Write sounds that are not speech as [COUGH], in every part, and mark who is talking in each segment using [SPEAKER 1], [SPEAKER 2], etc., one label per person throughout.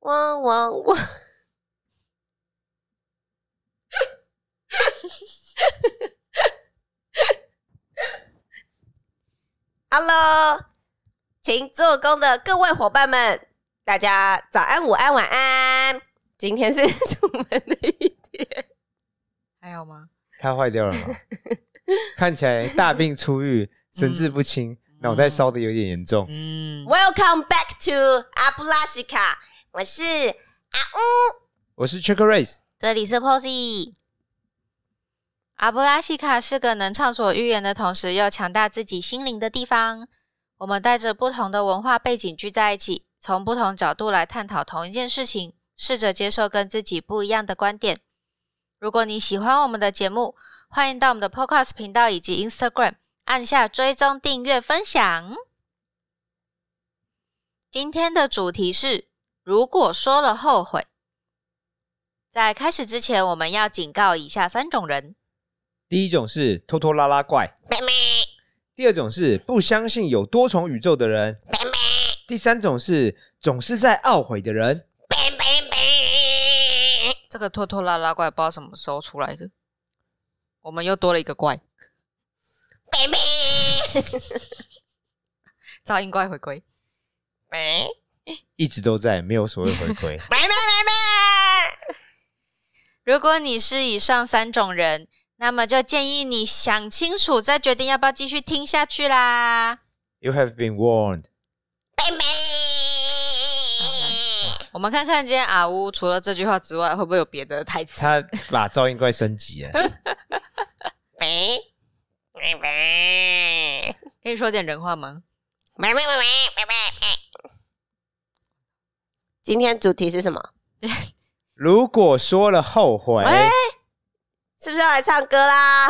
[SPEAKER 1] 汪汪汪！Hello，请做工的各位伙伴们，大家早安、午安、晚安。今天是出门的一天，
[SPEAKER 2] 还好吗？
[SPEAKER 3] 它坏掉了吗？看起来大病初愈，神志不清，脑袋烧的有点严重。
[SPEAKER 2] 嗯，
[SPEAKER 1] Welcome back to 阿布拉西卡，我是阿乌，
[SPEAKER 3] 我是 Check Race，
[SPEAKER 2] 这里是 Posy。阿布拉西卡是个能畅所欲言的同时又强大自己心灵的地方。我们带着不同的文化背景聚在一起，从不同角度来探讨同一件事情，试着接受跟自己不一样的观点。如果你喜欢我们的节目，欢迎到我们的 Podcast 频道以及 Instagram 按下追踪、订阅、分享。今天的主题是：如果说了后悔。在开始之前，我们要警告以下三种人：
[SPEAKER 3] 第一种是拖拖拉拉怪，
[SPEAKER 1] 妹妹
[SPEAKER 3] 第二种是不相信有多重宇宙的人，
[SPEAKER 1] 妹妹
[SPEAKER 3] 第三种是总是在懊悔的人。
[SPEAKER 1] 妹妹妹。
[SPEAKER 2] 这个拖拖拉拉怪不知道什么时候出来的，我们又多了一个怪，
[SPEAKER 1] 贝贝，
[SPEAKER 2] 噪音怪回归。
[SPEAKER 1] 贝。
[SPEAKER 3] 一直都在，没有所谓回归
[SPEAKER 1] 贝贝贝
[SPEAKER 2] 如果你是以上三种人，那么就建议你想清楚再决定要不要继续听下去啦。
[SPEAKER 3] You have been warned。
[SPEAKER 1] 贝贝。
[SPEAKER 2] 我们看看今天阿乌除了这句话之外，会不会有别的台词？
[SPEAKER 3] 他把噪音怪升级了。
[SPEAKER 1] 贝贝贝
[SPEAKER 2] 可以说点人话吗？
[SPEAKER 1] 贝贝贝贝。今天主题是什么？
[SPEAKER 3] 如果说了后悔，
[SPEAKER 1] 喂是不是要来唱歌啦？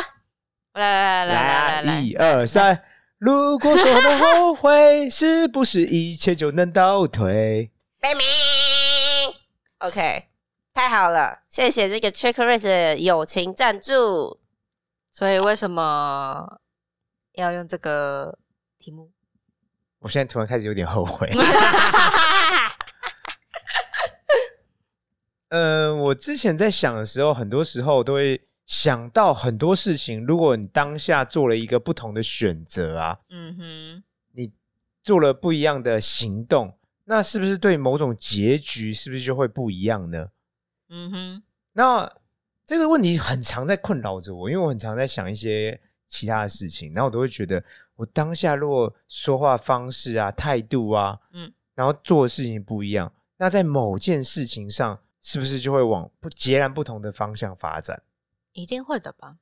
[SPEAKER 2] 来来来来来
[SPEAKER 3] 来，
[SPEAKER 2] 来，
[SPEAKER 3] 一二三。如果说了后悔，是不是一切就能倒退？
[SPEAKER 1] 贝贝。OK，太好了，谢谢这个 Trick Race 友情赞助。
[SPEAKER 2] 所以为什么要用这个题目？ [LAUGHS]
[SPEAKER 3] 我现在突然开始有点后悔。 [LAUGHS] 嗯、我之前在想的时候，很多时候都会想到很多事情。如果你当下做了一个不同的选择啊，
[SPEAKER 2] 嗯哼，
[SPEAKER 3] 你做了不一样的行动，那是不是对某种结局是不是就会不一样呢？
[SPEAKER 2] 嗯哼，
[SPEAKER 3] 那这个问题很常在困扰着我，因为我很常在想一些其他的事情，然后我都会觉得，我当下如果说话方式啊、态度啊，
[SPEAKER 2] 嗯
[SPEAKER 3] 嗯，然后做的事情不一样，那在某件事情上，是不是就会往不截然不同的方向发展？
[SPEAKER 2] 一定会的吧？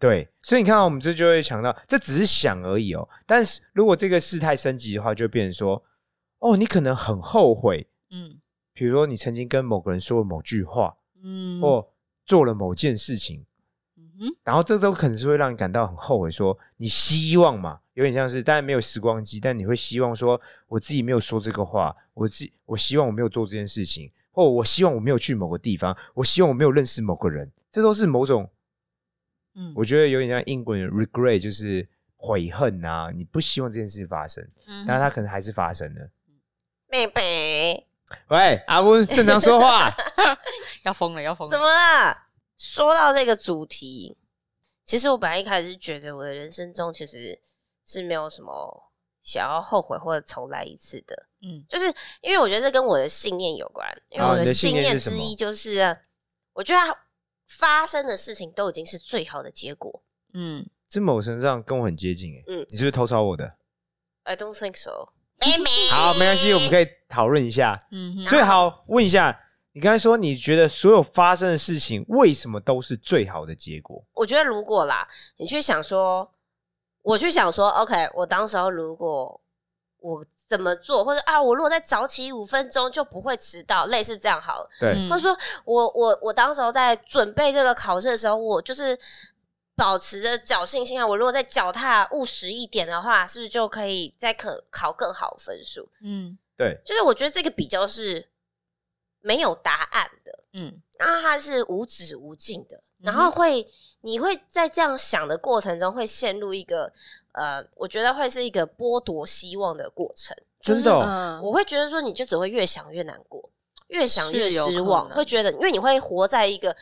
[SPEAKER 3] 对，所以你看、啊，我们这就会想到，这只是想而已哦。但是如果这个事态升级的话，就会变成说，哦，你可能很后悔，
[SPEAKER 2] 嗯
[SPEAKER 3] 比如说你曾经跟某个人说了某句话，
[SPEAKER 2] 嗯，
[SPEAKER 3] 或做了某件事情，
[SPEAKER 2] 嗯哼，
[SPEAKER 3] 然后这都可能是会让你感到很后悔说，你希望嘛，有点像是，当然没有时光机，但你会希望说，我自己没有说这个话，我自己我希望我没有做这件事情，或我希望我没有去某个地方，我希望我没有认识某个人，这都是某种
[SPEAKER 2] 嗯，
[SPEAKER 3] 我觉得有点像英文的 regret，就是悔恨啊，你不希望这件事发生，
[SPEAKER 2] 嗯哼
[SPEAKER 3] 但是它可能还是发生了。
[SPEAKER 1] 贝贝，
[SPEAKER 3] 喂，阿温，正常说话。
[SPEAKER 2] [LAUGHS] 要疯了，要疯
[SPEAKER 1] 怎
[SPEAKER 2] 了。
[SPEAKER 1] 么了？说到这个主题，其实我本来一开始是觉得我的人生中其实是没有什么想要后悔或者重来一次的，
[SPEAKER 2] 嗯
[SPEAKER 1] 就是因为我觉得这跟我的信念有关，因为
[SPEAKER 3] 哦
[SPEAKER 1] 我
[SPEAKER 3] 你的
[SPEAKER 1] 信
[SPEAKER 3] 信念
[SPEAKER 1] 念
[SPEAKER 3] 是什
[SPEAKER 1] 之
[SPEAKER 3] 么
[SPEAKER 1] 一就是，我觉得它发生的事情都已经是最好的结果。
[SPEAKER 2] 嗯，
[SPEAKER 3] 这某程度上跟我很接近诶、欸
[SPEAKER 1] 嗯
[SPEAKER 3] 你是不是偷抄我的？
[SPEAKER 1] I don't think so，妹妹。
[SPEAKER 3] 好，没关系，我们可以讨论一下。
[SPEAKER 2] 嗯哼，
[SPEAKER 3] 最好问一下，你刚才说你觉得所有发生的事情为什么都是最好的结果？
[SPEAKER 1] 我觉得如果啦，你去想说，我去想说，OK，我当时候如果我怎么做，或者啊，我如果再早起五分钟就不会迟到，类似这样好了。
[SPEAKER 3] 对，
[SPEAKER 2] 嗯
[SPEAKER 1] 或者说我我我当时候在准备这个考试的时候，我就是保持着侥幸心啊，我如果再脚踏务实一点的话，是不是就可以再可考更好分数？
[SPEAKER 2] 嗯
[SPEAKER 3] 对，
[SPEAKER 1] 就是我觉得这个比较是没有答案的。
[SPEAKER 2] 嗯
[SPEAKER 1] 那它是无止无尽的，
[SPEAKER 2] 嗯哼
[SPEAKER 1] 然后会、你会在这样想的过程中，会陷入一个呃，我觉得会是一个剥夺希望的过程。呃
[SPEAKER 3] 真的、哦，
[SPEAKER 2] 嗯，
[SPEAKER 1] 我会觉得说，你就只会越想越难过，越想越
[SPEAKER 2] 是有
[SPEAKER 1] 失
[SPEAKER 2] 可
[SPEAKER 1] 望，
[SPEAKER 2] 能
[SPEAKER 1] 会觉得，因为你会活在一个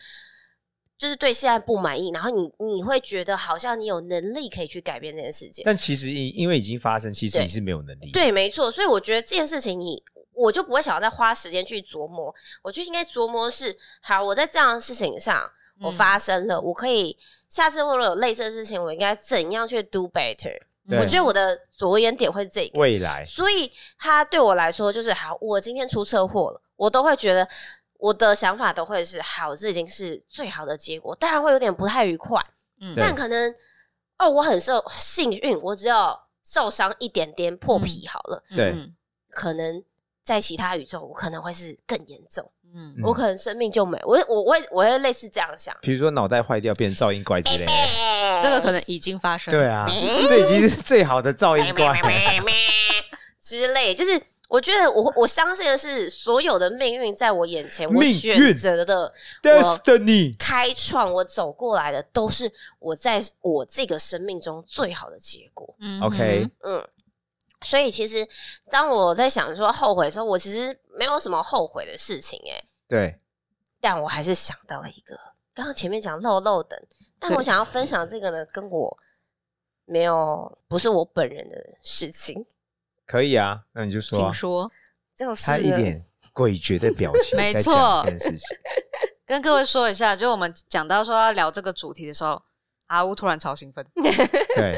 [SPEAKER 1] 就是对现在不满意，然后你你会觉得好像你有能力可以去改变这件事情。
[SPEAKER 3] 但其实因因为已经发生，其实
[SPEAKER 1] 对
[SPEAKER 3] 你是没有能力。，
[SPEAKER 1] 对，没错。所以我觉得这件事情你，我就不会想要再花时间去琢磨，我就应该琢磨是，好，我在这样的事情上我
[SPEAKER 3] 嗯
[SPEAKER 1] 发生了，我可以下次如果有类似的事情，我应该怎样去 do better？
[SPEAKER 3] 对
[SPEAKER 1] 我觉得我的着眼点会是这个，
[SPEAKER 3] 未来
[SPEAKER 1] 所以他对我来说就是好，我今天出车祸了，我都会觉得。我的想法都会是好，这已经是最好的结果，当然会有点不太愉快，
[SPEAKER 2] 嗯
[SPEAKER 3] 对
[SPEAKER 1] 但可能哦，我很受幸运，我只有受伤一点点破皮好了，
[SPEAKER 3] 对
[SPEAKER 2] 嗯
[SPEAKER 1] 可能在其他宇宙，我可能会是更严重，
[SPEAKER 2] 嗯
[SPEAKER 3] 嗯
[SPEAKER 1] 我可能生命就没，我我我会我会类似这样想。
[SPEAKER 3] 比如说脑袋坏掉变噪音怪之类
[SPEAKER 1] 哎
[SPEAKER 3] 的，
[SPEAKER 2] 这个可能已经发生了。
[SPEAKER 3] 对啊，这已经是最好的噪音
[SPEAKER 1] 哎
[SPEAKER 3] 怪了。
[SPEAKER 1] [LAUGHS] 之类，就是我觉得我我相信的是，所有的命运在我眼前，我
[SPEAKER 3] 命运
[SPEAKER 1] 选择的，我
[SPEAKER 3] Destiny，
[SPEAKER 1] 开创，我走过来的，都是我在我这个生命中最好的结果。
[SPEAKER 2] 嗯
[SPEAKER 3] OK
[SPEAKER 1] 嗯，所以其实当我在想说后悔的时候，我其实没有什么后悔的事情哎、
[SPEAKER 3] 对，
[SPEAKER 1] 但我还是想到了一个，刚刚前面讲漏漏等，但
[SPEAKER 2] 对
[SPEAKER 1] 我想要分享这个呢，跟我没有不是我本人的事情，
[SPEAKER 3] 可以啊，那你就说啊、
[SPEAKER 2] 请说，
[SPEAKER 1] 就是
[SPEAKER 3] 他一
[SPEAKER 1] 呢
[SPEAKER 3] 脸诡谲的表情，
[SPEAKER 2] 没
[SPEAKER 3] 在
[SPEAKER 2] 错
[SPEAKER 3] 讲这件事情。
[SPEAKER 2] 跟各位说一下，就我们讲到说要聊这个主题的时候，阿乌突然超兴奋，
[SPEAKER 3] 对，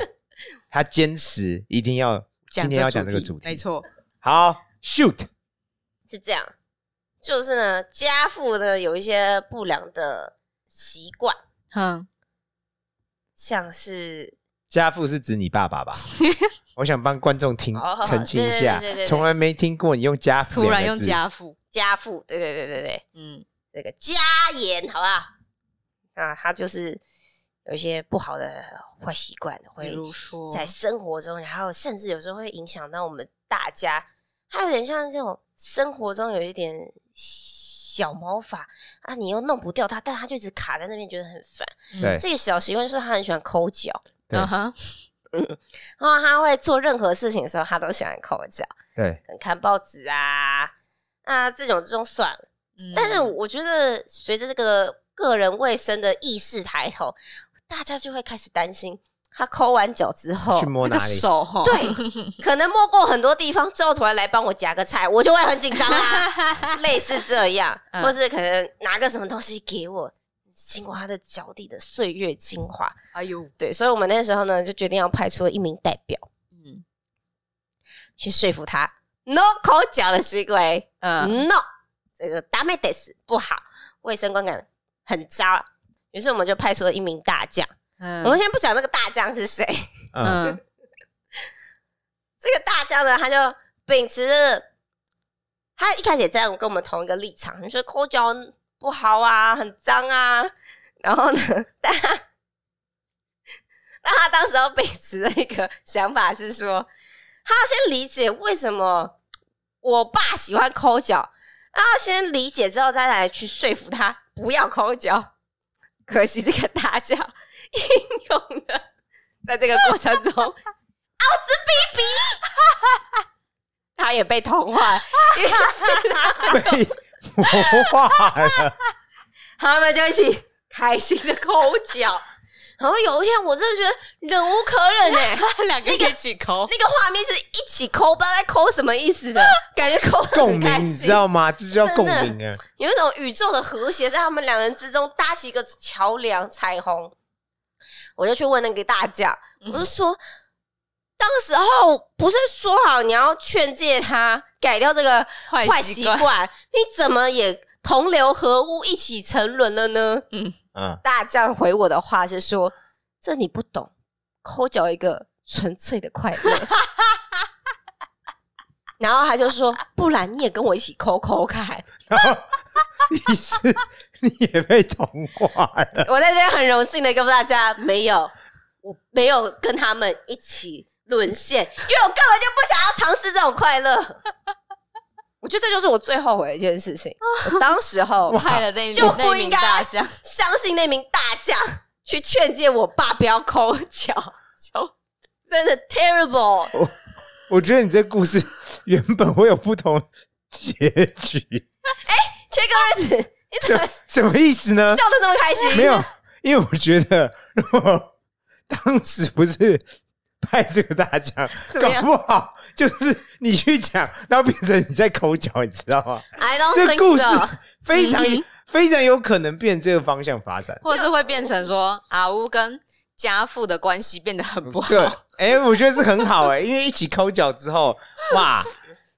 [SPEAKER 3] 他坚持一定要今天要讲这个主题，
[SPEAKER 2] 没。错，
[SPEAKER 3] 好，shoot，
[SPEAKER 1] 是这样，就是呢，家父呢有一些不良的习惯，
[SPEAKER 2] 嗯，
[SPEAKER 1] 像是
[SPEAKER 3] 家父是指你爸
[SPEAKER 1] [LAUGHS]
[SPEAKER 3] 爸吧？我想帮观众听
[SPEAKER 1] 哦
[SPEAKER 3] 澄清一下
[SPEAKER 1] 对对对对，对
[SPEAKER 3] 从来没听过你用家父，
[SPEAKER 2] 突然用，家父，
[SPEAKER 1] 家父，对对对对对，
[SPEAKER 2] 嗯，
[SPEAKER 1] 这个家言好不好？啊，他就是有一些不好的坏习惯，
[SPEAKER 2] 比
[SPEAKER 1] 会
[SPEAKER 2] 如说，
[SPEAKER 3] 哦
[SPEAKER 1] 在生活中，然后甚至有时候会影响到我们大家。它有点像这种生活中有一点小毛发啊，你又弄不掉它，但它就一直卡在那边，觉得很烦。
[SPEAKER 2] 嗯
[SPEAKER 3] 对
[SPEAKER 1] 这个小习惯就是他很喜欢抠脚，
[SPEAKER 3] 对
[SPEAKER 2] 嗯哼，
[SPEAKER 1] 然后他会做任何事情的时候，他都喜欢抠脚，
[SPEAKER 3] 对，
[SPEAKER 1] 可能看报纸啊啊这种这种算了。
[SPEAKER 2] 嗯
[SPEAKER 1] 但是我觉得随着这个个人卫生的意识抬头，大家就会开始担心，他抠完脚之后
[SPEAKER 3] 去，摸
[SPEAKER 2] 哦那
[SPEAKER 3] 哪
[SPEAKER 2] 个
[SPEAKER 3] 里？
[SPEAKER 2] 手哈， [LAUGHS]
[SPEAKER 1] 对，可能摸过很多地方之后，突然来帮我夹个菜，我就会很紧张
[SPEAKER 2] [LAUGHS]
[SPEAKER 1] 啦，类似这样，
[SPEAKER 2] 嗯
[SPEAKER 1] 或是可能拿个什么东西给我，经过他的脚底的岁月精华。
[SPEAKER 2] 哎呦，
[SPEAKER 1] 对，所以我们那时候呢，就决定要派出一名代表
[SPEAKER 2] 嗯
[SPEAKER 1] 去说服他，no 抠脚的行为，
[SPEAKER 2] 嗯
[SPEAKER 1] no，这个 d a m e s 不好，卫生观感很糟。于是我们就派出了一名大将，我们
[SPEAKER 2] 嗯
[SPEAKER 1] 先不讲那个大将是谁，
[SPEAKER 3] 嗯，
[SPEAKER 2] 嗯，
[SPEAKER 1] 这个大将呢，他就秉持着他一开始也在跟我们同一个立场，你说抠脚不好啊，很脏啊，然后呢， [LAUGHS] 但他但他当时候秉持的一个想法是说，他要先理解为什么我爸喜欢抠脚，他要先理解之后再来去说服他不要抠脚。可惜这个大将应用了，在这个过程
[SPEAKER 2] [LAUGHS]
[SPEAKER 1] 中，奥兹比比，他也被同化，于是他
[SPEAKER 2] 嗯 [LAUGHS]
[SPEAKER 3] [LAUGHS] 被魔化了，
[SPEAKER 1] 他们就一起开心的抠脚。然后有一天，我真的觉得忍无可忍哎、
[SPEAKER 2] 两个一起抠，
[SPEAKER 1] 那个画面就是一起抠，不知道在抠什么意思的感觉，抠得
[SPEAKER 3] 共
[SPEAKER 1] 很开
[SPEAKER 3] 鸣，你知
[SPEAKER 1] 心，
[SPEAKER 3] 道吗？这就叫共
[SPEAKER 1] 真的
[SPEAKER 3] 鸣啊！
[SPEAKER 1] 有一种宇宙的和谐在他们两人之中搭起一个桥梁彩虹。我就去问那个大将，
[SPEAKER 2] 嗯
[SPEAKER 1] 我就说，当时候不是说好你要劝诫他改掉这个
[SPEAKER 2] 坏
[SPEAKER 1] 坏习
[SPEAKER 2] 习惯
[SPEAKER 1] 惯，你怎么也同流合污一起沉沦了呢？
[SPEAKER 3] 嗯， [LAUGHS]
[SPEAKER 1] 大将回我的话是说：“这你不懂，抠脚一个纯粹的快乐。” [LAUGHS] 然后他就说：“不然你也跟我一起抠抠 [LAUGHS] 看。
[SPEAKER 3] 然后你是你也被同化了，”
[SPEAKER 1] 我在这边很荣幸的告诉大家，没有，我没有跟他们一起沦陷，因为我根本就不想要尝试这种快乐。 [LAUGHS] 我觉得这就是我最后悔的一件事情。我当时候
[SPEAKER 3] 哇
[SPEAKER 2] 害了那
[SPEAKER 1] 就
[SPEAKER 2] 那
[SPEAKER 1] 不
[SPEAKER 2] 名
[SPEAKER 1] 应该
[SPEAKER 2] 大将，
[SPEAKER 1] 相信那名大将去劝诫我爸不要抠脚，就真的 terrible。
[SPEAKER 2] [LAUGHS]
[SPEAKER 3] 我觉得你这故事原本会有不同结局。
[SPEAKER 1] 缺个日子，你怎么笑
[SPEAKER 3] 什么意思呢？
[SPEAKER 1] 的那么开心？
[SPEAKER 3] [LAUGHS] 没有，因为我觉得如果当时不是拍这个大奖，
[SPEAKER 1] 怎么
[SPEAKER 3] 搞
[SPEAKER 1] 样
[SPEAKER 3] 不好就是你去讲，然后变成你在抠脚，你知道吗？
[SPEAKER 1] ，I don't
[SPEAKER 3] 这
[SPEAKER 1] think
[SPEAKER 3] 故事
[SPEAKER 1] so。
[SPEAKER 3] [LAUGHS] 非常、
[SPEAKER 2] 嗯
[SPEAKER 3] 非常有可能变这个方向发展。
[SPEAKER 2] [LAUGHS] 或者是会变成说阿乌跟家父的关系变得很不好
[SPEAKER 3] 对，，哎、我觉得是很好哎、因为一起抠脚之后，哇，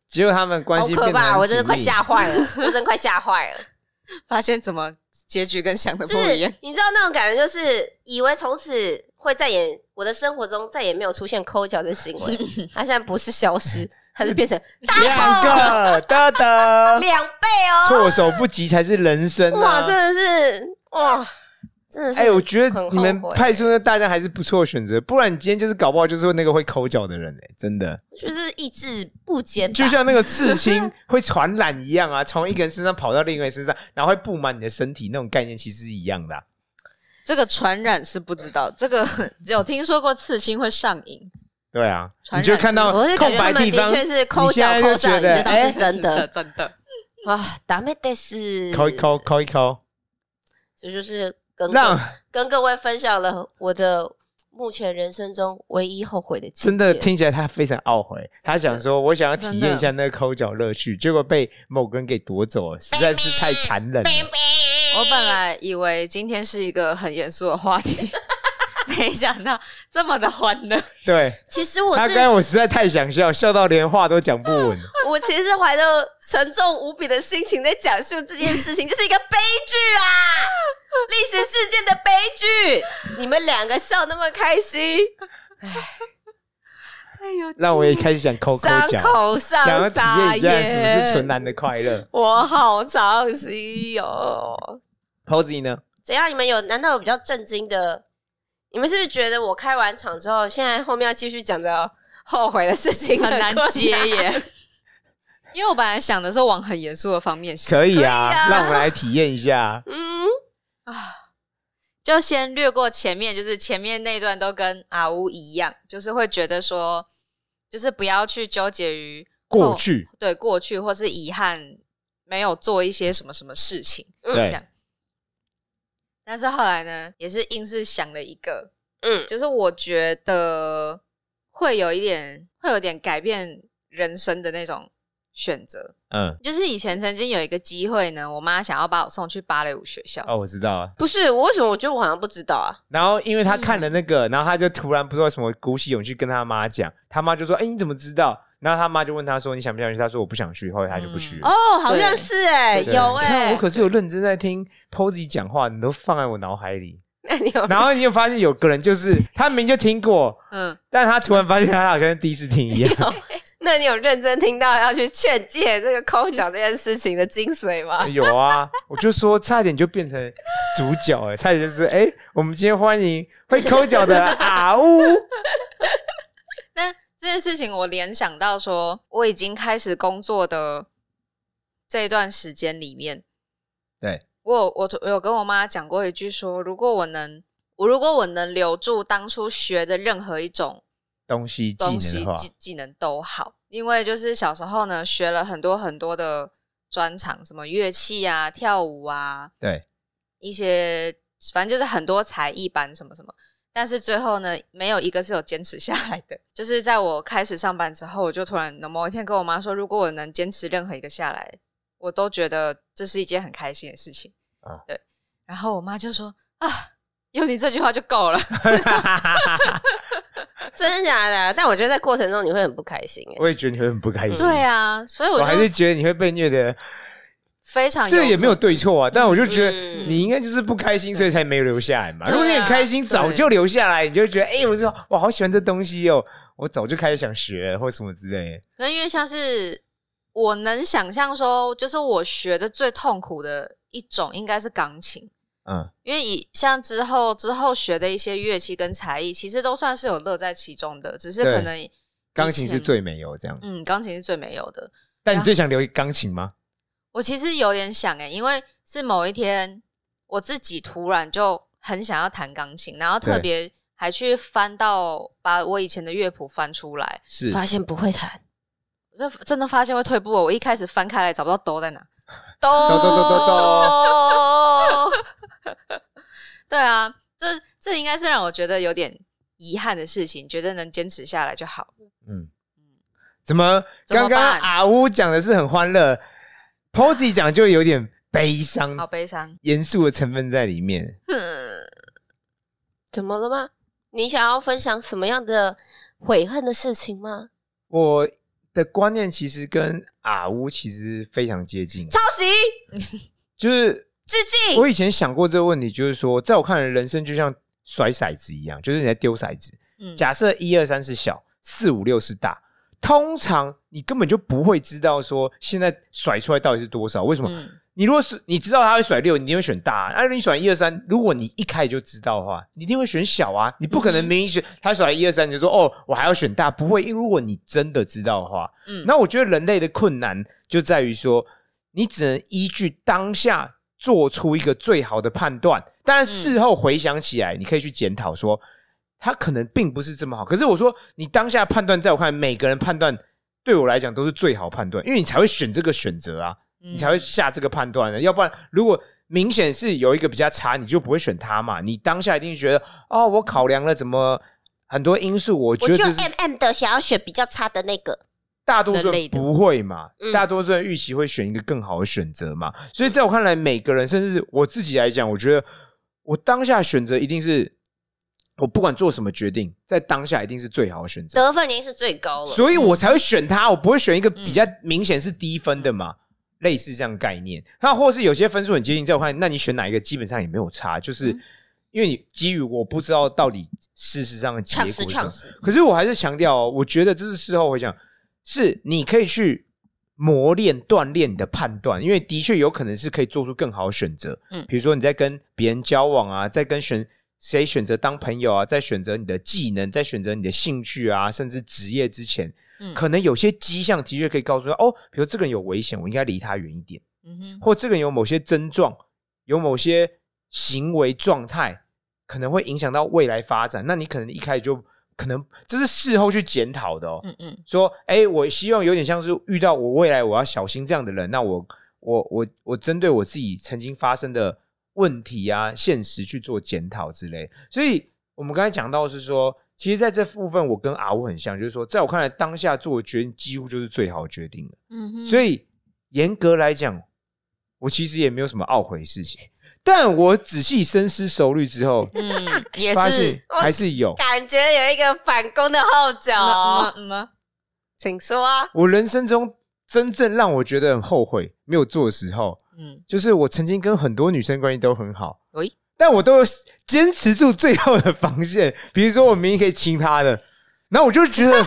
[SPEAKER 3] 结果他们关
[SPEAKER 1] 好
[SPEAKER 3] 系
[SPEAKER 1] 可
[SPEAKER 3] 变得
[SPEAKER 1] 怕！
[SPEAKER 3] 很
[SPEAKER 1] 我真的
[SPEAKER 3] 紧
[SPEAKER 1] 快
[SPEAKER 3] 密
[SPEAKER 1] 吓坏
[SPEAKER 3] [LAUGHS]
[SPEAKER 1] 了，我真的快吓坏了。
[SPEAKER 2] 发现怎么结局跟想的不
[SPEAKER 1] 就
[SPEAKER 2] 一样
[SPEAKER 1] 是。你知道那种感觉，就是以为从此会再也我的生活中再也没有出现抠脚的行
[SPEAKER 3] [LAUGHS]
[SPEAKER 1] 为，它现在不是消失，它是变成
[SPEAKER 3] 两
[SPEAKER 1] 大
[SPEAKER 3] 个得得，
[SPEAKER 1] 两倍哦！
[SPEAKER 3] 措手不及才是人生、啊、
[SPEAKER 1] 哇，真的是哇，真的是
[SPEAKER 3] 哎、我觉得
[SPEAKER 1] 很
[SPEAKER 3] 你们
[SPEAKER 1] 后悔欸
[SPEAKER 3] 派出那大家还是不错的选择，不然你今天就是搞不好就是那个会抠脚的人哎、真的，
[SPEAKER 1] 就是意志不坚吧，
[SPEAKER 3] 就像那个
[SPEAKER 1] [LAUGHS]
[SPEAKER 3] 刺青会传染一样啊，从一个人身上跑到另一个人身上，然后会布满你的身体那种概念其实是一样的啊、
[SPEAKER 2] 这个传染是不知道，这个 [LAUGHS] 有听说过刺青会上瘾，
[SPEAKER 3] 对啊，你
[SPEAKER 2] 传染
[SPEAKER 3] 就看到
[SPEAKER 1] 我是感
[SPEAKER 3] 空
[SPEAKER 1] 觉他
[SPEAKER 3] 白
[SPEAKER 1] 们
[SPEAKER 3] 地
[SPEAKER 1] 的
[SPEAKER 3] 方
[SPEAKER 1] 确是抠脚
[SPEAKER 3] 你现在
[SPEAKER 1] 抠
[SPEAKER 3] 就
[SPEAKER 1] 上瘾，
[SPEAKER 3] 觉
[SPEAKER 1] 这
[SPEAKER 3] 得哎
[SPEAKER 1] 倒是真
[SPEAKER 2] 哎真的
[SPEAKER 1] 的
[SPEAKER 2] 真的。
[SPEAKER 1] 哇，达妹得是
[SPEAKER 3] 抠一，抠抠一抠，
[SPEAKER 1] 这就是跟
[SPEAKER 3] 让
[SPEAKER 1] 跟各位分享了我的目前人生中唯一后悔的经
[SPEAKER 3] 真的
[SPEAKER 1] 验，
[SPEAKER 3] 听起来他非常懊悔，他想说我想要体验一下那个抠脚乐趣，结果被某个人给夺走了，实在是太残忍了。
[SPEAKER 2] 我本来以为今天是一个很严肃的话题， [LAUGHS] 没想到这么的欢乐。
[SPEAKER 3] 对，
[SPEAKER 1] 其实我
[SPEAKER 3] 他
[SPEAKER 1] 是
[SPEAKER 3] 刚才我实在太想笑，笑到连话都讲
[SPEAKER 1] [LAUGHS]
[SPEAKER 3] 不稳。
[SPEAKER 1] 我其实是怀着沉重无比的心情在讲述这件事情，这是一个悲剧啊，历史事件的悲剧。你们两个笑那么开心，
[SPEAKER 2] 哎呦，
[SPEAKER 3] [LAUGHS] 让我也开始想抠抠
[SPEAKER 1] 伤
[SPEAKER 3] 脚，
[SPEAKER 1] 口上
[SPEAKER 3] 想要体验一下
[SPEAKER 1] 撒
[SPEAKER 3] 什么是纯
[SPEAKER 1] 盐
[SPEAKER 3] 男的快乐。
[SPEAKER 1] 我好伤心哦。
[SPEAKER 3] 猴子你呢？
[SPEAKER 1] 怎样？你们有？难道有比较震惊的？你们是不是觉得我开完场之后，现在后面要继续讲的后悔的事情
[SPEAKER 2] [LAUGHS] 很难
[SPEAKER 1] 困
[SPEAKER 2] 接
[SPEAKER 1] [LAUGHS]
[SPEAKER 2] 耶。 [LAUGHS] 因为我本来想的是往很严肃的方面想，
[SPEAKER 3] 可以啊，
[SPEAKER 1] 可以啊
[SPEAKER 3] 让我们来体验一下。
[SPEAKER 1] 嗯，
[SPEAKER 2] 啊就先略过前面，就是前面那一段都跟阿乌一样，就是会觉得说，就是不要去纠结于
[SPEAKER 1] 哦
[SPEAKER 3] 过去
[SPEAKER 2] 后对过去或是遗憾没有做一些什么什么事情
[SPEAKER 1] 嗯
[SPEAKER 2] 这
[SPEAKER 3] 对
[SPEAKER 2] 样。但是后来呢，也是硬是想了一个，
[SPEAKER 1] 嗯，
[SPEAKER 2] 就是我觉得会有一点，会有点改变人生的那种选择。
[SPEAKER 3] 嗯，
[SPEAKER 2] 就是以前曾经有一个机会呢，我妈想要把我送去芭蕾舞学校，
[SPEAKER 3] 哦，我知道了。
[SPEAKER 1] 不是我为什么我觉得我好像不知道啊？
[SPEAKER 3] 然后因为他看了
[SPEAKER 1] 嗯
[SPEAKER 3] 那个，然后他就突然不知道什么鼓起勇气跟他妈讲，他妈就说：“哎、你怎么知道？”然后他妈就问他说：“你想不想去？”他说：“我不想去。”后来他就不去了。
[SPEAKER 1] 哦，好像是哎、
[SPEAKER 3] 对
[SPEAKER 1] 有
[SPEAKER 3] 你看
[SPEAKER 1] 哎、
[SPEAKER 3] 我可是有认真在听 Posy 讲话，你都放在我脑海里。
[SPEAKER 1] 那你有
[SPEAKER 3] 然后你有发现有个人就是他明明就听过，
[SPEAKER 2] 嗯，
[SPEAKER 3] 但他突然发现他好像第一次听
[SPEAKER 2] [LAUGHS]
[SPEAKER 3] 一样。
[SPEAKER 1] 那你有认真听到要去劝诫这个抠脚这件事情的精髓吗？
[SPEAKER 3] 有啊，我就说差点就变成主角哎、差点就是哎、我们今天欢迎会抠脚的啊呜。
[SPEAKER 2] 那这件事情我联想到说，我已经开始工作的这一段时间里面，
[SPEAKER 3] 对
[SPEAKER 2] 我有我我有跟我妈讲过一句说，如果我能，我如果我能留住当初学的任何一种
[SPEAKER 3] 东西技能
[SPEAKER 2] 东
[SPEAKER 3] 的
[SPEAKER 2] 西
[SPEAKER 3] 话，
[SPEAKER 2] 技技能都好，因为就是小时候呢学了很多很多的专长，什么乐器啊、跳舞啊，
[SPEAKER 3] 对， [LAUGHS]
[SPEAKER 2] 一些反正就是很多才艺班什么什么。但是最后呢，没有一个是有坚持下来的。就是在我开始上班之后，我就突然某一天跟我妈说，如果我能坚持任何一个下来，我都觉得这是一件很开心的事情。
[SPEAKER 3] 啊
[SPEAKER 2] 对。然后我妈就说啊，有你这句话就够了。
[SPEAKER 1] [LAUGHS]
[SPEAKER 3] 嗯
[SPEAKER 1] 真的假的？但我觉得在过程中你会很不开心、欸。
[SPEAKER 3] 我也觉得你会很不开心。
[SPEAKER 2] 对啊，所以我
[SPEAKER 3] 我
[SPEAKER 2] 就
[SPEAKER 3] 还是觉得你会被虐的，
[SPEAKER 2] 非常
[SPEAKER 3] 这也没有
[SPEAKER 2] 可能
[SPEAKER 3] 对错啊。但我就觉得
[SPEAKER 1] 嗯
[SPEAKER 3] 你应该就是不开心，所以才没有留下来嘛。
[SPEAKER 1] 对啊
[SPEAKER 3] 如果你很开心，早就留下来，你就会觉得哎、我就我好喜欢这东西哦，我早就开始想学了或什么之类的。
[SPEAKER 2] 那因为像是我能想象说，就是我学的最痛苦的一种应该是钢琴，
[SPEAKER 3] 嗯，
[SPEAKER 2] 因为以像之后之后学的一些乐器跟才艺，其实都算是有乐在其中的，只是
[SPEAKER 3] 对
[SPEAKER 2] 可能以
[SPEAKER 3] 钢琴是
[SPEAKER 2] 前
[SPEAKER 3] 最没有这样。
[SPEAKER 2] 嗯，钢琴是最没有的。
[SPEAKER 3] 但你最想留钢琴吗？
[SPEAKER 2] 我其实有点想诶、欸因为是某一天我自己突然就很想要弹钢琴，然后特
[SPEAKER 3] 对
[SPEAKER 2] 别还去翻到把我以前的乐谱翻出来，
[SPEAKER 3] 是
[SPEAKER 1] 发现不会弹，
[SPEAKER 2] 欸我就真的发现会退步了。我一开始翻开来找不到兜在哪，
[SPEAKER 1] 咚
[SPEAKER 3] 咚咚咚咚
[SPEAKER 1] [LAUGHS] 咚，
[SPEAKER 2] 对啊，这这应该是让我觉得有点遗憾的事情，觉得能坚持下来就好。
[SPEAKER 3] 嗯，怎么
[SPEAKER 2] 怎么
[SPEAKER 3] 刚
[SPEAKER 2] 办
[SPEAKER 3] 刚阿乌讲的是很欢乐，Posy 讲就有点悲伤、
[SPEAKER 2] 好悲伤，
[SPEAKER 3] 严肃的成分在里面。
[SPEAKER 2] 哼
[SPEAKER 1] [LAUGHS] 怎么了吗？你想要分享什么样的悔恨的事情吗？
[SPEAKER 3] 我的观念其实跟阿乌其实非常接近，
[SPEAKER 1] 抄袭、
[SPEAKER 3] 就是
[SPEAKER 1] 致敬
[SPEAKER 2] 哎
[SPEAKER 3] 我以前想过这个问题，就是说，在我看来，人生就像甩骰子一样，就是你在丢骰子。
[SPEAKER 2] 嗯，
[SPEAKER 3] 假设一二三是小，四五六是大，通常你根本就不会知道说现在甩出来到底是多少。为什么？
[SPEAKER 2] 嗯，
[SPEAKER 3] 你如果是你知道他会甩六，你一定会选大、啊；那、你选一二三，如果你一开始就知道的话，你一定会选小啊。你不可能
[SPEAKER 2] 嗯
[SPEAKER 3] 明明选他甩一二三，你就说哦，我还要选大，不会。因为如果你真的知道的话，
[SPEAKER 2] 嗯，
[SPEAKER 3] 那我觉得人类的困难就在于说，你只能依据当下做出一个最好的判断，当然事后回想起来，你可以去检讨说，他可能并不是这么好。可是我说，你当下判断，在我看来，每个人判断对我来讲都是最好判断，因为你才会选这个选择啊，
[SPEAKER 2] 嗯
[SPEAKER 3] 你才会下这个判断的。要不然，如果明显是有一个比较差，你就不会选他嘛。你当下一定觉得，哦，我考量了怎么很多因素，我觉
[SPEAKER 1] 我
[SPEAKER 3] 得
[SPEAKER 1] 就
[SPEAKER 3] 这是
[SPEAKER 1] M M 的想要选比较差的那个，
[SPEAKER 3] 大多数
[SPEAKER 2] 人
[SPEAKER 3] 人
[SPEAKER 2] 类的
[SPEAKER 3] 不会嘛，
[SPEAKER 1] 嗯
[SPEAKER 3] 大多数人预期会选一个更好的选择嘛。所以在我看来，每个人，甚至是我自己来讲，我觉得我当下选择一定是我不管做什么决定，在当下一定是最好的选择，
[SPEAKER 1] 得分已经是最高了。嗯
[SPEAKER 3] 所以我才会选它，我不会选一个比较明显是低分的嘛。类似这样的概念，那或是有些分数很接近，在我看来，那你选哪一个基本上也没有差，就是
[SPEAKER 2] 嗯
[SPEAKER 3] 因为你基于我不知道到底事实上的结果
[SPEAKER 1] 呛
[SPEAKER 3] 是
[SPEAKER 1] 死
[SPEAKER 3] 什么
[SPEAKER 1] 呛，死，
[SPEAKER 3] 可是我还是强调、哦，我觉得这是事后回想，是你可以去磨练、锻炼你的判断，因为的确有可能是可以做出更好的选择。
[SPEAKER 2] 嗯
[SPEAKER 3] 比如说你在跟别人交往啊，在跟选谁选择当朋友啊，在选择你的技能，在选择你的兴趣啊，甚至职业之前，
[SPEAKER 2] 嗯
[SPEAKER 3] 可能有些迹象的确可以告诉他，哦，比如这个人有危险，我应该离他远一点。
[SPEAKER 2] 嗯哼，
[SPEAKER 3] 或这个人有某些症状，有某些行为状态，可能会影响到未来发展。那你可能一开始就可能这是事后去检讨的哦。
[SPEAKER 2] 嗯嗯
[SPEAKER 3] 说，哎、我希望有点像是遇到我未来我要小心这样的人，那我我我我针对我自己曾经发生的问题啊、现实去做检讨之类。所以我们刚才讲到是说，其实在这部分我跟阿乌很像，就是说，在我看来，当下做的决定几乎就是最好的决定了。
[SPEAKER 2] 嗯哼，
[SPEAKER 3] 所
[SPEAKER 2] 以
[SPEAKER 3] 以严格来讲，我其实也没有什么懊悔的事情。但我仔细深思熟虑之后，
[SPEAKER 2] 嗯也
[SPEAKER 3] 发
[SPEAKER 2] 是
[SPEAKER 3] 现，还是有。
[SPEAKER 1] 感觉有一个反攻的号角
[SPEAKER 2] 嗯，嗯嗯
[SPEAKER 1] 请说啊。
[SPEAKER 3] 我人生中真正让我觉得很后悔没有做的时候，
[SPEAKER 2] 嗯，
[SPEAKER 3] 就是我曾经跟很多女生关系都很好
[SPEAKER 2] 喂，
[SPEAKER 3] 但我都有坚持住最后的防线。比如说，我明明可以亲她的，然后我就觉得，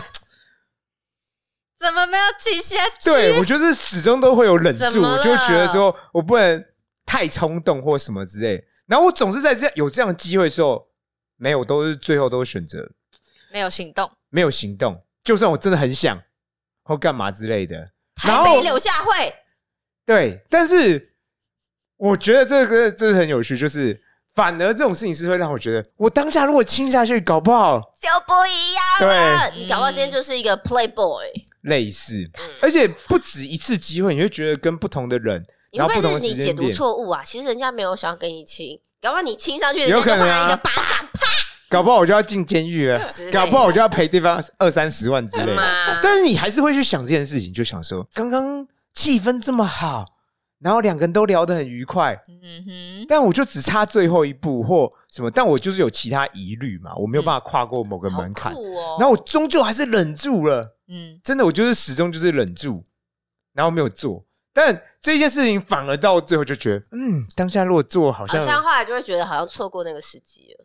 [SPEAKER 2] 怎么没有记下去？
[SPEAKER 3] 对我就是始终都会有忍
[SPEAKER 2] 怎
[SPEAKER 3] 住，
[SPEAKER 2] 么
[SPEAKER 3] 我
[SPEAKER 2] 了
[SPEAKER 3] 就觉得说我不能太冲动或什么之类的。然后我总是在这有这样的机会的时候，没有，都是最后都是选择
[SPEAKER 2] 没有行动，
[SPEAKER 3] 没有行动。就算我真的很想或干嘛之类的，然
[SPEAKER 1] 台
[SPEAKER 3] 后
[SPEAKER 1] 北柳下惠，
[SPEAKER 3] 对，但是我觉得这个这个很有趣，就是反而这种事情是会让我觉得，我当下如果亲下去，搞不好
[SPEAKER 1] 就不一样了。
[SPEAKER 2] 对
[SPEAKER 1] 你搞不好今天就是一个 playboy，
[SPEAKER 3] 类似
[SPEAKER 2] 嗯，
[SPEAKER 3] 而且不止一次机会，你会觉得跟不同的人，
[SPEAKER 1] 你会
[SPEAKER 3] 然后
[SPEAKER 1] 不
[SPEAKER 3] 不同
[SPEAKER 1] 会
[SPEAKER 3] 的
[SPEAKER 1] 是
[SPEAKER 3] 时
[SPEAKER 1] 你解
[SPEAKER 3] 间
[SPEAKER 1] 读
[SPEAKER 3] 点，
[SPEAKER 1] 错误啊？其实人家没有想要跟你亲，搞不好你亲上去，人家
[SPEAKER 3] 有
[SPEAKER 1] 就
[SPEAKER 3] 可
[SPEAKER 1] 换
[SPEAKER 3] 能
[SPEAKER 1] 了
[SPEAKER 3] 啊
[SPEAKER 1] 一个巴掌，
[SPEAKER 3] 搞不好我就要进监狱了
[SPEAKER 2] 之类，的
[SPEAKER 3] 搞不好我就要赔对方二三十万之
[SPEAKER 1] 啪
[SPEAKER 3] 类的。
[SPEAKER 1] 嘛。
[SPEAKER 3] 但是你还是会去想这件事情，就想说，刚刚气氛这么好，然后两个人都聊得很愉快，
[SPEAKER 2] 嗯哼，
[SPEAKER 3] 但我就只差最后一步或什么，但我就是有其他疑虑嘛，我没有办法跨过某个门槛
[SPEAKER 1] 好，酷哦
[SPEAKER 3] 然后我终究还是忍住了，
[SPEAKER 2] 嗯
[SPEAKER 3] 真的，我就是始终就是忍住，然后没有做。但这件事情反而到最后就觉得，嗯，当下如果做好
[SPEAKER 1] 好
[SPEAKER 3] 像
[SPEAKER 1] 啊像后来就会觉得好像错过那个时机了。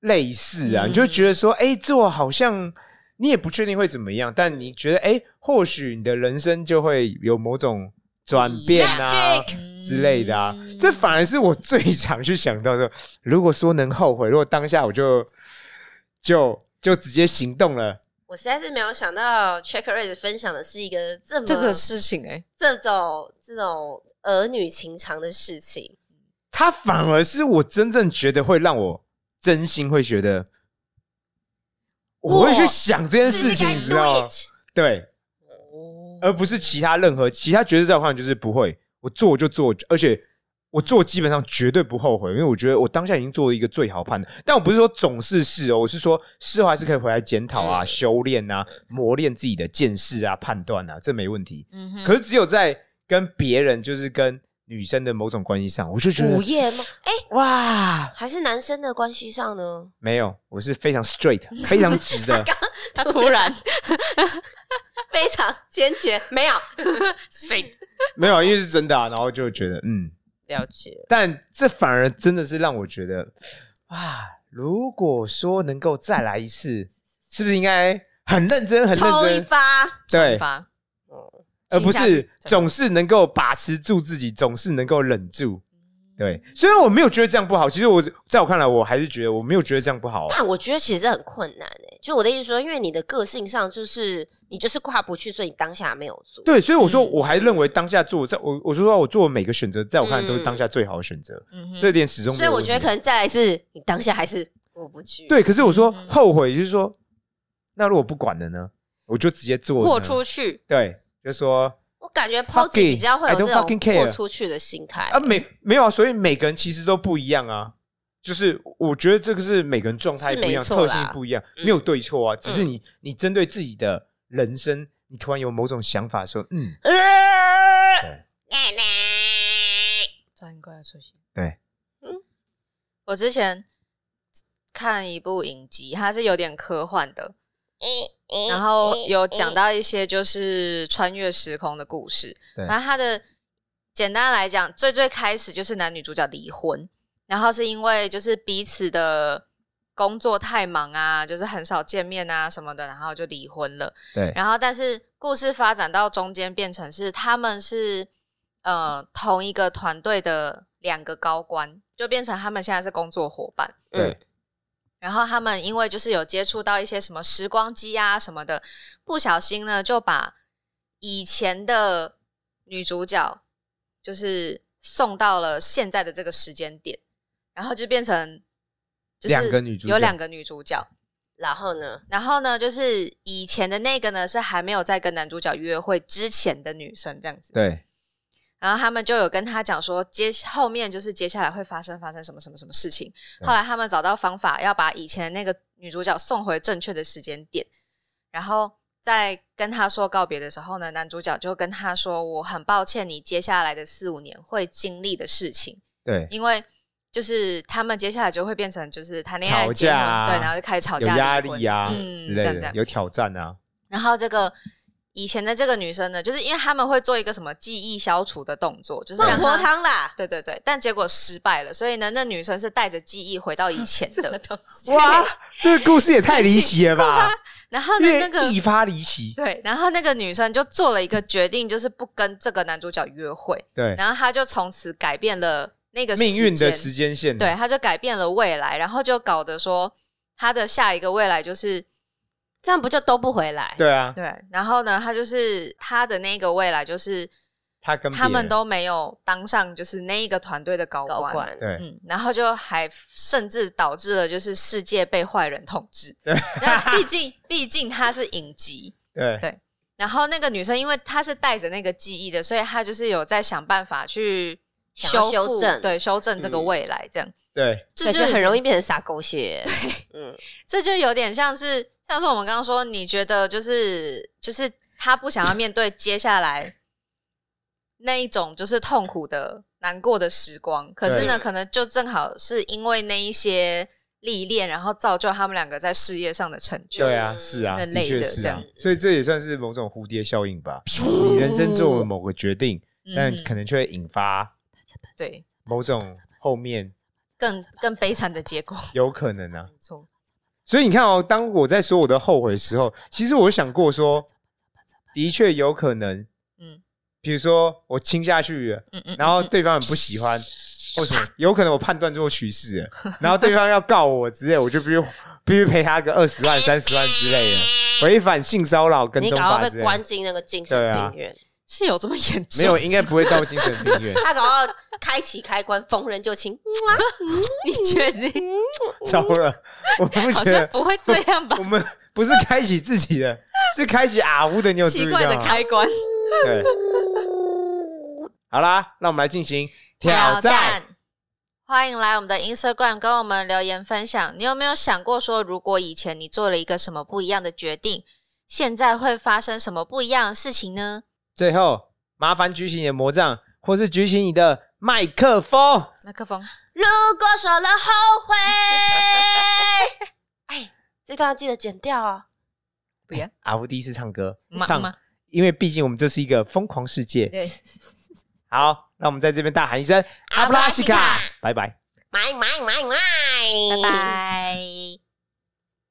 [SPEAKER 3] 类似啊，
[SPEAKER 2] 嗯
[SPEAKER 3] 你就会觉得说，哎、做好像你也不确定会怎么样，但你觉得，哎、或许你的人生就会有某种转变啊
[SPEAKER 1] Magic
[SPEAKER 3] 之类的啊。
[SPEAKER 2] 嗯
[SPEAKER 3] 这反而是我最常去想到的。如果说能后悔，如果当下我就就就直接行动了，
[SPEAKER 1] 我实在是没有想到 Check Raise 分享的是一个这么
[SPEAKER 2] 这个事情哎、
[SPEAKER 1] 这种这种儿女情长的事情，
[SPEAKER 3] 它反而是我真正觉得会让我真心会觉得，我会去想这件事
[SPEAKER 1] 是
[SPEAKER 3] 情，
[SPEAKER 1] 该
[SPEAKER 3] 你知
[SPEAKER 1] do
[SPEAKER 3] 道吗？
[SPEAKER 1] it。
[SPEAKER 3] 对，
[SPEAKER 2] 哦
[SPEAKER 3] 而不是其他任何其他角色在我看来就是不会。我做我就做，而且我做基本上绝对不后悔，因为我觉得我当下已经做了一个最好判断。但我不是说总是是哦，我是说事后还是可以回来检讨啊、
[SPEAKER 1] 嗯
[SPEAKER 3] 修炼啊、磨练自己的见识啊、判断啊，这没问题。
[SPEAKER 2] 嗯哼，
[SPEAKER 3] 可是只有在跟别人，就是跟女生的某种关系上，我就觉得
[SPEAKER 1] 午夜吗？哎、
[SPEAKER 3] 哇，
[SPEAKER 1] 还是男生的关系上呢？
[SPEAKER 3] 没有，我是非常
[SPEAKER 1] [LAUGHS]
[SPEAKER 3] straight、非常直的。
[SPEAKER 2] 他突然
[SPEAKER 1] 非常坚决，没有
[SPEAKER 2] straight，
[SPEAKER 3] 没有，因为是真的啊，然后就觉得嗯，
[SPEAKER 1] 了解。
[SPEAKER 3] 但这反而真的是让我觉得，哇，如果说能够再来一次，是不是应该很认真、 [LAUGHS] 很
[SPEAKER 1] 抽一
[SPEAKER 3] 认真？
[SPEAKER 1] 发，
[SPEAKER 3] 对，
[SPEAKER 2] 吧？
[SPEAKER 3] 而不
[SPEAKER 2] 倾向
[SPEAKER 3] 是总是能够把持住自己，总是能够忍住。对，
[SPEAKER 1] 嗯
[SPEAKER 3] 虽然我没有觉得这样不好，其实我在我看来，我还是觉得我没有觉得这样不好。啊
[SPEAKER 1] 但我觉得其实很困难诶、就我的意思说，因为你的个性上就是你就是跨不去，所以你当下没有做。
[SPEAKER 3] 对，所以我说，
[SPEAKER 2] 嗯
[SPEAKER 3] 我还认为当下做，在我我是说我做的每个选择，在我看来都是
[SPEAKER 1] 嗯
[SPEAKER 3] 当下最好的选择，
[SPEAKER 2] 嗯哼
[SPEAKER 3] 这点始终没
[SPEAKER 1] 所以
[SPEAKER 3] 有
[SPEAKER 1] 我
[SPEAKER 3] 问
[SPEAKER 1] 觉得
[SPEAKER 3] 题
[SPEAKER 1] 可能再来一次，你当下还是过不去。，
[SPEAKER 3] 对，可是我说
[SPEAKER 2] 嗯嗯
[SPEAKER 3] 后悔，就是说，那如果不管了呢，我就直接做了
[SPEAKER 2] 豁
[SPEAKER 3] 呢
[SPEAKER 2] 出去，
[SPEAKER 3] 对，就说
[SPEAKER 1] 我感觉抛弃
[SPEAKER 3] Fuck it,
[SPEAKER 1] 比较会有
[SPEAKER 3] I don't
[SPEAKER 1] 这种
[SPEAKER 3] fucking care
[SPEAKER 1] 豁出去的心态
[SPEAKER 3] 啊，没没有啊，所以每个人其实都不一样啊。就是我觉得这个是每个人状态
[SPEAKER 1] 是
[SPEAKER 3] 不一样，
[SPEAKER 1] 没错
[SPEAKER 3] 特
[SPEAKER 1] 啦
[SPEAKER 3] 性不一样，
[SPEAKER 1] 嗯
[SPEAKER 3] 没有对错啊，只
[SPEAKER 2] 嗯
[SPEAKER 3] 是你你针对自己的人生，你突然有某种想法说，嗯，
[SPEAKER 1] 呃
[SPEAKER 3] 对
[SPEAKER 1] 奶奶
[SPEAKER 2] 噪音怪要出现。
[SPEAKER 3] 对，
[SPEAKER 1] 嗯，
[SPEAKER 2] 我之前看一部影集，它是有点科幻的，
[SPEAKER 1] 呃
[SPEAKER 2] 然后
[SPEAKER 1] 哦
[SPEAKER 2] 有讲到一些就是穿越时空的故事。
[SPEAKER 3] 对
[SPEAKER 2] 然后它的简单来讲，最最开始就是男女主角离婚，然后是因为就是彼此的工作太忙啊，就是很少见面啊什么的，然后就离婚了。
[SPEAKER 3] 对，
[SPEAKER 2] 然后但是故事发展到中间变成是他们是呃同一个团队的两个高官，就变成他们现在是工作伙伴。
[SPEAKER 3] 对，
[SPEAKER 2] 然后他们因为就是有接触到一些什么时光机啊什么的，不小心呢就把以前的女主角就是送到了现在的这个时间点，然后就变成就是
[SPEAKER 3] 两个女主角
[SPEAKER 2] 有两个女主角，
[SPEAKER 1] 然后呢？
[SPEAKER 2] 然后呢，就是以前的那个呢是还没有在跟男主角约会之前的女生这样子。
[SPEAKER 3] 对，
[SPEAKER 2] 然后他们就有跟他讲说，接后面就是接下来会发生发生什么什么什么事情。
[SPEAKER 3] 对
[SPEAKER 2] 后来他们找到方法，要把以前的那个女主角送回正确的时间点。然后在跟他说告别的时候呢，男主角就跟他说：“我很抱歉，你接下来的四五年会经历的事情，
[SPEAKER 3] 对，
[SPEAKER 2] 因为就是他们接下来就会变成就是谈恋爱、
[SPEAKER 3] 吵
[SPEAKER 2] 结婚，
[SPEAKER 3] 架啊
[SPEAKER 2] 对，然后就开始吵
[SPEAKER 3] 有
[SPEAKER 2] 架、
[SPEAKER 3] 压
[SPEAKER 2] 离婚
[SPEAKER 3] 力啊
[SPEAKER 2] 嗯，这
[SPEAKER 3] 之类
[SPEAKER 2] 样这样
[SPEAKER 3] 的，有挑战
[SPEAKER 2] [LAUGHS]
[SPEAKER 3] 啊，
[SPEAKER 2] 然后这个以前的这个女生呢，就是因为他们会做一个什么记忆消除的动作，就是
[SPEAKER 1] 孟
[SPEAKER 2] 让
[SPEAKER 1] 婆
[SPEAKER 2] 她
[SPEAKER 1] 汤啦，
[SPEAKER 2] 对对对，但结果失败了，所以呢，那女生是带着记忆回
[SPEAKER 3] [LAUGHS]
[SPEAKER 2] 到以前的。
[SPEAKER 3] 哇，这个故事也太离奇了
[SPEAKER 2] [LAUGHS]
[SPEAKER 3] 吧！
[SPEAKER 2] 然后呢
[SPEAKER 3] 因，为
[SPEAKER 2] 那个
[SPEAKER 3] 一发离奇，
[SPEAKER 2] 对，然后那个女生就做了一个决定，就是不跟这个男主角约会，
[SPEAKER 3] 对，
[SPEAKER 2] 然后她就从此改变了那个
[SPEAKER 3] 命运的时
[SPEAKER 2] 间，
[SPEAKER 3] 间线，
[SPEAKER 2] 对，，她就改变了未来，然后就搞得说她的下一个未来就是
[SPEAKER 1] 这样不就都不回来？
[SPEAKER 3] 对啊，
[SPEAKER 2] 对，然后呢，她就是她的那个未来就是
[SPEAKER 3] 他跟
[SPEAKER 2] 他
[SPEAKER 3] 别
[SPEAKER 2] 们
[SPEAKER 3] 人
[SPEAKER 2] 都没有当上就是那一个团队的高
[SPEAKER 1] 高
[SPEAKER 2] 官，
[SPEAKER 1] 官，
[SPEAKER 3] 对，
[SPEAKER 2] 嗯，然后就还甚至导致了就是世界被坏人统治。 [LAUGHS] 那毕竟毕竟它是影集，
[SPEAKER 3] 对，
[SPEAKER 2] 对然后那个女生因为她是带着那个记忆的，所以她就是有在想办法去
[SPEAKER 1] 想要
[SPEAKER 2] 修
[SPEAKER 1] 修
[SPEAKER 2] 复
[SPEAKER 1] 正
[SPEAKER 2] 对修正这个
[SPEAKER 1] 嗯
[SPEAKER 2] 未来，这样、
[SPEAKER 3] 对，
[SPEAKER 2] 这
[SPEAKER 1] 感
[SPEAKER 2] 就
[SPEAKER 1] 觉很容
[SPEAKER 2] 易，
[SPEAKER 1] 易变成撒狗血。嗯，
[SPEAKER 2] 这就有点像是像是我们刚刚说，你觉得就是就是她不想要面对接下来那一种就是痛苦的难过的时光，可是呢，
[SPEAKER 1] 对
[SPEAKER 2] 可能就正好是因为那一些历练，然后造就他们两个在事业上的成就。
[SPEAKER 3] 对啊，是啊，
[SPEAKER 2] 那
[SPEAKER 3] 的
[SPEAKER 2] 类
[SPEAKER 3] 确
[SPEAKER 2] 的
[SPEAKER 3] 是
[SPEAKER 2] 这
[SPEAKER 3] 啊
[SPEAKER 2] 样，
[SPEAKER 3] 所以这也算是某种蝴蝶效应吧。你人生做了某个决定，
[SPEAKER 2] 哦嗯
[SPEAKER 3] 但
[SPEAKER 2] 哼
[SPEAKER 3] 可能却会引发
[SPEAKER 2] 对
[SPEAKER 3] 某种后面
[SPEAKER 2] 更更悲惨的结果。
[SPEAKER 3] 有可能啊。
[SPEAKER 2] 没错，
[SPEAKER 3] 所以你看哦，当我在说我的后悔的时候，其实我想过说，的确有可能，
[SPEAKER 2] 嗯
[SPEAKER 3] 比如说我亲下去了，
[SPEAKER 2] 嗯嗯，
[SPEAKER 3] 然后对方很不喜欢，为什么？有可能我判断错趋势了，然后对方要告我之类，我就必须必须赔他个二十万、三十万之类的，违反性骚扰跟
[SPEAKER 1] 你
[SPEAKER 3] 踪
[SPEAKER 1] 搞
[SPEAKER 3] 法
[SPEAKER 1] 到
[SPEAKER 3] 之
[SPEAKER 1] 被
[SPEAKER 3] 类的
[SPEAKER 1] 关。进那个精神
[SPEAKER 3] 对啊啊
[SPEAKER 1] 病院，，
[SPEAKER 2] 是有这么严重？
[SPEAKER 3] 没有，，应该不会到精神病院
[SPEAKER 2] [LAUGHS]
[SPEAKER 3] [LAUGHS]
[SPEAKER 1] 他搞到开启开关，逢人就亲。
[SPEAKER 2] 你确定？
[SPEAKER 1] [LAUGHS]
[SPEAKER 3] 糟了，我不
[SPEAKER 2] 好
[SPEAKER 3] 觉
[SPEAKER 2] 像
[SPEAKER 3] 得
[SPEAKER 2] 不会这样
[SPEAKER 3] [LAUGHS]
[SPEAKER 2] 吧
[SPEAKER 3] 我？们不是开启自
[SPEAKER 2] [LAUGHS]
[SPEAKER 3] 己的，是开启啊呜的，你有注
[SPEAKER 2] 奇
[SPEAKER 3] 意
[SPEAKER 2] 怪
[SPEAKER 3] 到
[SPEAKER 2] 的
[SPEAKER 3] 吗？
[SPEAKER 2] 开关。
[SPEAKER 3] 对，好啦，那我们来进行
[SPEAKER 2] 挑
[SPEAKER 3] 战。
[SPEAKER 2] 战。欢迎来我们的 Instagram 跟我们留言分享，你有没有想过说，如果以前你做了一个什么不一样的决定，现在会发生什么不一样的事情呢？
[SPEAKER 3] 最后，麻烦举起你的魔杖，或是举起你的麦克风。
[SPEAKER 2] 麦克风，
[SPEAKER 1] 如果说了后悔， [LAUGHS] 哎，这段要记得剪掉哦。
[SPEAKER 2] 不要，
[SPEAKER 3] 阿福第一次唱歌
[SPEAKER 2] 妈，
[SPEAKER 3] 唱
[SPEAKER 2] 妈，
[SPEAKER 3] 因为毕竟我们这是一个疯狂世界。
[SPEAKER 2] 对，
[SPEAKER 3] 好，那我们在这边大喊一声阿布拉西卡，拜拜。
[SPEAKER 1] 买买买买，
[SPEAKER 2] 拜拜。